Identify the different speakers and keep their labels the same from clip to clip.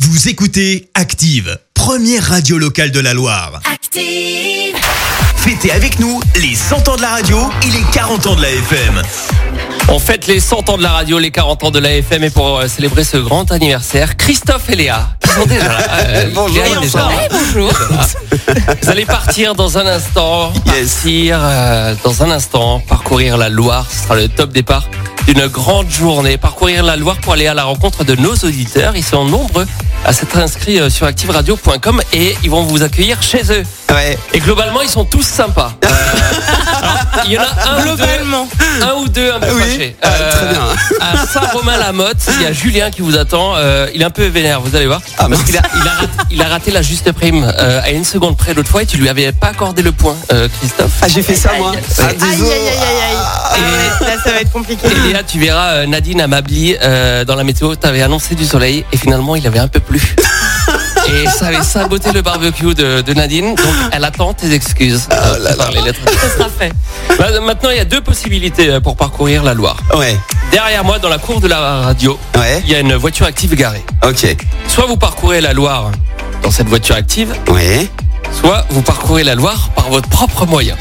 Speaker 1: Vous écoutez Active, première radio locale de la Loire.
Speaker 2: Active.
Speaker 1: Fêtez avec nous les 100 ans de la radio et les 40 ans de la FM.
Speaker 3: On fête les 100 ans de la radio, les 40 ans de la FM et pour euh, célébrer ce grand anniversaire, Christophe et Léa. Ils sont déjà là. Euh,
Speaker 1: Bonjour,
Speaker 3: Léa est déjà là.
Speaker 1: bonsoir.
Speaker 3: bonjour. Vous allez partir dans un instant.
Speaker 1: Yes.
Speaker 3: Partir euh, dans un instant. Parcourir la Loire. Ce sera le top départ d'une grande journée. Parcourir la Loire pour aller à la rencontre de nos auditeurs. Ils sont nombreux à s'être inscrits euh, sur activeradio.com et ils vont vous accueillir chez eux.
Speaker 4: Ouais.
Speaker 3: Et globalement, ils sont tous sympas. Euh, alors, il y en a un, deux, un ou deux un peu
Speaker 4: Oui.
Speaker 3: fâchés.
Speaker 4: Ah, très bien.
Speaker 3: Euh, À Saint-Romain-la-Motte, il y a Julien qui vous attend. Euh, il est un peu vénère, vous allez voir.
Speaker 4: Ah,
Speaker 3: Parce qu'il a, il a raté, il a raté la juste prime euh, à une seconde près l'autre fois et tu lui avais pas accordé le point, euh, Christophe.
Speaker 4: Ah, j'ai fait ça, moi. Ah,
Speaker 2: Aïe,
Speaker 4: désolé.
Speaker 2: aïe, aïe, aïe, aïe.
Speaker 3: Et-
Speaker 2: Là, ça va être compliqué.
Speaker 3: Et Léa, tu verras euh, Nadine Amabli euh, dans la météo, t'avais annoncé du soleil et finalement il avait un peu plu. Et ça avait saboté le barbecue de, de Nadine, donc elle attend tes excuses.
Speaker 4: Ah, oh
Speaker 3: euh, par les lettres.
Speaker 2: Ce sera fait.
Speaker 3: Là, Maintenant, il y a deux possibilités euh, pour parcourir la Loire.
Speaker 4: Ouais,
Speaker 3: Derrière moi, dans la cour de la radio,
Speaker 4: ouais,
Speaker 3: il y a une voiture active garée.
Speaker 4: ok.
Speaker 3: Soit vous parcourez la Loire dans cette voiture active,
Speaker 4: Ouais.
Speaker 3: soit vous parcourez la Loire par votre propre moyen.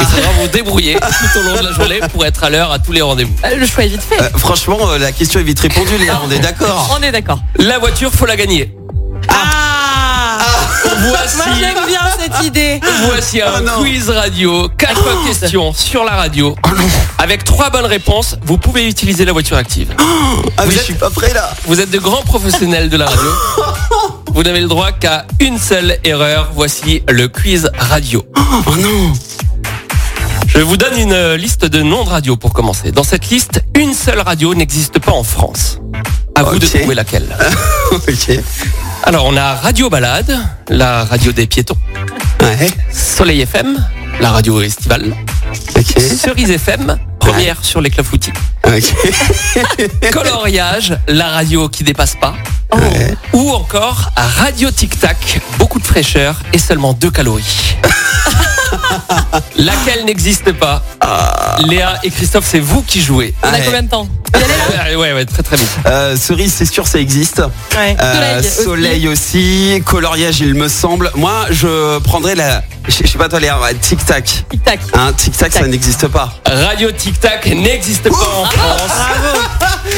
Speaker 3: Il faudra vous débrouiller tout au long de la journée pour être à l'heure à tous les rendez-vous.
Speaker 2: Ah. Euh, Le choix est vite fait.
Speaker 4: Euh, franchement, euh, la question est vite répondue, Léa, on est d'accord.
Speaker 2: On est d'accord.
Speaker 3: La voiture, faut la gagner.
Speaker 2: Ah
Speaker 3: Voici,
Speaker 2: Moi, j'aime bien cette idée.
Speaker 3: voici un
Speaker 4: Oh non.
Speaker 3: quiz radio, quatre questions sur la radio. Avec trois bonnes réponses, vous pouvez utiliser la voiture active.
Speaker 4: Ah, mais
Speaker 3: Vous
Speaker 4: je
Speaker 3: êtes-
Speaker 4: suis pas prêt, là.
Speaker 3: Vous êtes de grands professionnels de la radio. Vous n'avez le droit qu'à une seule erreur. Voici le quiz radio.
Speaker 4: Oh non.
Speaker 3: Je vous donne une euh, liste de noms de radios pour commencer. Dans cette liste, une seule radio n'existe pas en France. À vous de
Speaker 4: Ok.
Speaker 3: trouver laquelle.
Speaker 4: Ok.
Speaker 3: Alors, on a Radio Balade, la radio des piétons,
Speaker 4: Ouais,
Speaker 3: Soleil FM, la radio estivale,
Speaker 4: ok.
Speaker 3: Cerise FM, première sur les clubs footy,
Speaker 4: Ok.
Speaker 3: Coloriage, la radio qui dépasse pas,
Speaker 4: Ouais.
Speaker 3: ou encore Radio Tic Tac, beaucoup de fraîcheur et seulement 2 calories. Laquelle n'existe pas Léa et Christophe, c'est vous qui jouez.
Speaker 2: On a
Speaker 4: Ah. Ouais.
Speaker 2: combien de temps
Speaker 3: Ouais, ouais, ouais, très très vite.
Speaker 4: Euh, cerise, c'est sûr, ça existe.
Speaker 2: Ouais.
Speaker 4: Euh, soleil aussi. coloriage, il me semble. Moi, je prendrais la. Je je sais pas toi, Léa, ouais, tic-tac.
Speaker 2: Tic-tac.
Speaker 4: Hein, tic-tac, ça n'existe pas.
Speaker 3: Radio Tic Tac n'existe pas en France.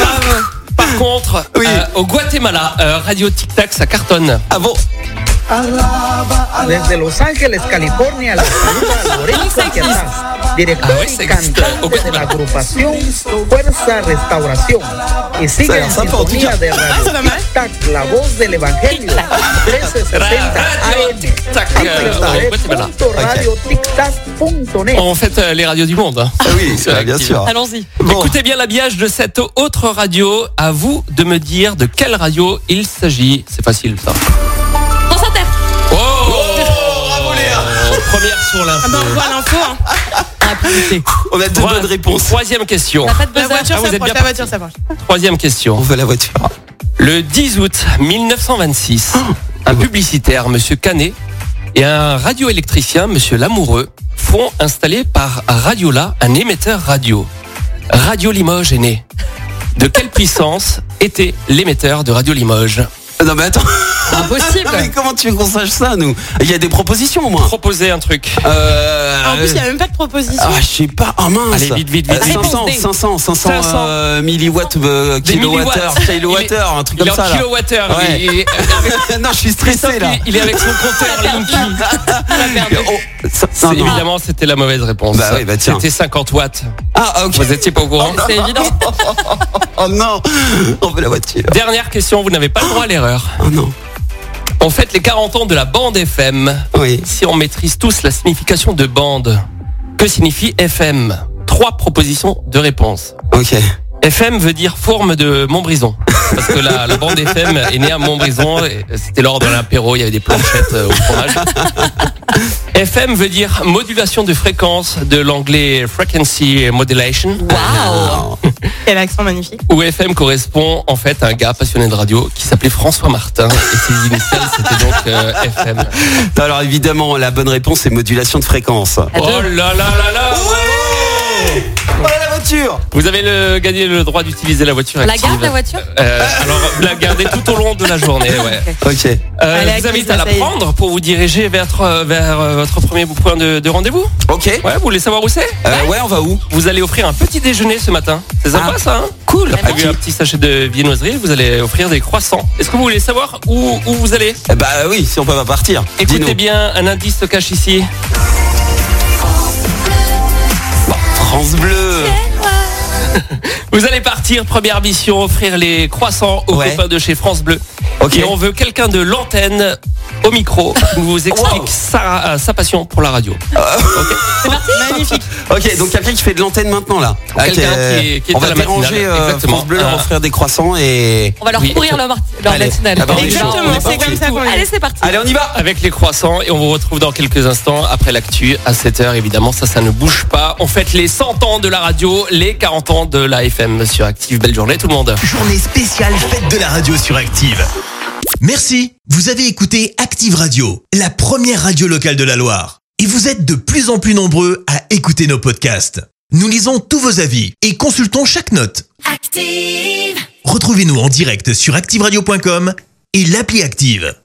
Speaker 3: Par contre,
Speaker 4: Oui.
Speaker 3: euh, au Guatemala, euh, Radio Tic Tac, ça cartonne.
Speaker 4: Ah bon
Speaker 5: Desde Los Ángeles, California, la saluda Lorenzo Quezada, director
Speaker 3: Ah, ese
Speaker 5: y
Speaker 3: existe.
Speaker 5: cantante de la agrupación Fuerza Restauración. Y
Speaker 4: Ça a
Speaker 5: sigue
Speaker 4: l'air
Speaker 5: en
Speaker 4: sympa, en tout
Speaker 5: sintonía
Speaker 4: cas.
Speaker 5: de Radio Tic Tac, la voz del Evangelio, 1360
Speaker 3: Radio
Speaker 5: AM.
Speaker 3: Tic Tac
Speaker 4: Ah,
Speaker 3: euh, au
Speaker 5: eh.
Speaker 3: Guatemala.
Speaker 5: www.radiotictac.net.
Speaker 3: On fête euh, les radios du monde. hein.
Speaker 4: Ah Oui,
Speaker 3: Sur
Speaker 4: bien
Speaker 3: Active.
Speaker 4: sûr.
Speaker 2: Allons-y.
Speaker 4: Bon,
Speaker 3: Écoutez bien l'habillage de cette autre radio. À vous de me dire de quelle radio il s'agit. C'est facile, ça.
Speaker 2: France Inter.
Speaker 3: Oh, bravo Léa Première sur l'info.
Speaker 2: Rapidité.
Speaker 4: on a deux
Speaker 3: Trois-
Speaker 4: bonnes réponses.
Speaker 3: Troisième question.
Speaker 2: On n'a pas de buzzer.
Speaker 3: voiture Ah, vous êtes s'approche, bien la parti. voiture
Speaker 2: s'approche.
Speaker 3: Troisième
Speaker 4: On
Speaker 3: question.
Speaker 4: veut la voiture.
Speaker 3: Le 10 août 1926,
Speaker 4: Ah.
Speaker 3: un publicitaire, Monsieur Canet, et un radioélectricien, Monsieur Lamoureux, font installer par Radiola un émetteur radio. Radio Limoges est né. De quelle puissance était l'émetteur de Radio Limoges
Speaker 4: Ah, Non, mais attends.
Speaker 2: Impossible.
Speaker 4: Non, Ah, mais comment tu veux qu'on sache ça, nous Il y a des propositions, au moins.
Speaker 3: Proposer un truc.
Speaker 4: Euh,
Speaker 2: même pas de proposition.
Speaker 4: Ah, je sais pas. Oh mince.
Speaker 3: Allez, vite, vite, vite.
Speaker 4: Euh,
Speaker 2: Réponse
Speaker 4: 500,
Speaker 2: D.
Speaker 4: 500, 500,
Speaker 3: 500.
Speaker 4: euh, milliwatts, euh,
Speaker 3: Des
Speaker 4: kilowattheures,
Speaker 3: milliwatts.
Speaker 4: kilowattheures, un truc
Speaker 3: Il est
Speaker 4: comme
Speaker 3: en
Speaker 4: ça. Là.
Speaker 3: kilowattheure.
Speaker 4: Ouais.
Speaker 3: Il, est-
Speaker 4: non, je suis stressé là.
Speaker 3: il est avec son compteur Linky.
Speaker 4: Oh, ça-
Speaker 3: C'est-
Speaker 4: non, non.
Speaker 3: Évidemment, c'était la mauvaise réponse.
Speaker 4: Bah oui, bah tiens.
Speaker 3: C'était 50 watts.
Speaker 4: Ah, ok.
Speaker 3: Vous étiez pas au courant.
Speaker 2: C'est évident.
Speaker 4: Oh non, on veut la voiture.
Speaker 3: Dernière question, vous n'avez pas le droit à l'erreur.
Speaker 4: Oh non,
Speaker 3: En fait, les 40 ans de la bande FM,
Speaker 4: oui.
Speaker 3: si on maîtrise tous la signification de bande, que signifie FM Trois propositions de réponse.
Speaker 4: Ok.
Speaker 3: FM veut dire forme de Montbrison. Parce que la, la bande FM est née à Montbrison. et C'était lors de l'apéro, il y avait des planchettes euh, au fromage. FM veut dire modulation de fréquence de l'anglais frequency modulation.
Speaker 2: Waouh. Quel accent magnifique.
Speaker 3: Où FM correspond en fait à un gars passionné de radio qui s'appelait François Martin. Et ses initiales c'était donc euh, FM.
Speaker 4: Non, Bah, Alors évidemment, la bonne réponse c'est modulation de fréquence.
Speaker 3: Oh là là là là
Speaker 4: Oh la voiture voiture
Speaker 3: Vous avez le, gagné le droit d'utiliser la voiture
Speaker 2: On la
Speaker 3: active.
Speaker 2: garde, la voiture
Speaker 3: Euh, alors, vous la gardez tout au long de la journée, ouais.
Speaker 4: Ok.
Speaker 3: Euh,
Speaker 2: Elle est
Speaker 3: je
Speaker 2: acquise,
Speaker 3: vous invite
Speaker 2: là,
Speaker 3: à la
Speaker 2: ça y est.
Speaker 3: prendre pour vous diriger vers, euh, vers euh, votre premier point de, de rendez-vous.
Speaker 4: Ok. Euh,
Speaker 3: Ouais, vous voulez savoir où c'est Euh,
Speaker 4: Ouais, on va où
Speaker 3: Vous allez offrir un petit déjeuner ce matin. C'est sympa
Speaker 4: Ah.
Speaker 3: ça, hein
Speaker 2: Cool.
Speaker 3: T'as prévu un petit sachet de viennoiserie, vous allez offrir des croissants. Est-ce que vous voulez savoir où, où vous allez
Speaker 4: Eh Bah oui, si on peut pas partir.
Speaker 3: Écoutez
Speaker 4: Dis-nous.
Speaker 3: bien, un indice se cache ici.
Speaker 4: France Bleu.
Speaker 3: Vous allez partir, première mission, offrir les croissants aux
Speaker 4: Ouais.
Speaker 3: copains de chez France Bleu.
Speaker 4: Ok.
Speaker 3: Et on veut quelqu'un de l'antenne au micro qui vous explique
Speaker 4: Wow.
Speaker 3: sa, euh, sa passion pour la radio.
Speaker 2: Magnifique.
Speaker 4: Ok, donc quelqu'un qui fait de l'antenne maintenant là.
Speaker 3: Quelqu'un
Speaker 4: Ok, euh,
Speaker 3: qui est- qui est
Speaker 4: on
Speaker 3: à
Speaker 4: va
Speaker 3: la matinale.
Speaker 4: déranger euh,
Speaker 3: Exactement.
Speaker 4: France Bleu, leur
Speaker 3: Ah.
Speaker 4: offrir des croissants et.
Speaker 2: On va leur
Speaker 3: Oui.
Speaker 2: courir leur, mar- leur
Speaker 4: Allez.
Speaker 2: matinale.
Speaker 4: Ah bah, on est
Speaker 2: Exactement,
Speaker 4: chaud, on est
Speaker 2: c'est
Speaker 4: parti.
Speaker 2: comme ça qu'on est. Allez, c'est parti.
Speaker 4: Allez, on y va.
Speaker 3: Avec les croissants et on vous retrouve dans quelques instants après l'actu à 7h évidemment ça ça ne bouge pas. On fête les 100 ans de la radio, les 40 ans de la FM sur Active. Belle journée tout le monde.
Speaker 1: Journée spéciale fête de la radio sur Active. Merci, vous avez écouté Active Radio, la première radio locale de la Loire. Et vous êtes de plus en plus nombreux à écouter nos podcasts. Nous lisons tous vos avis et consultons chaque note.
Speaker 6: Active.
Speaker 1: Retrouvez-nous en direct sur activeradio.com et l'appli Active.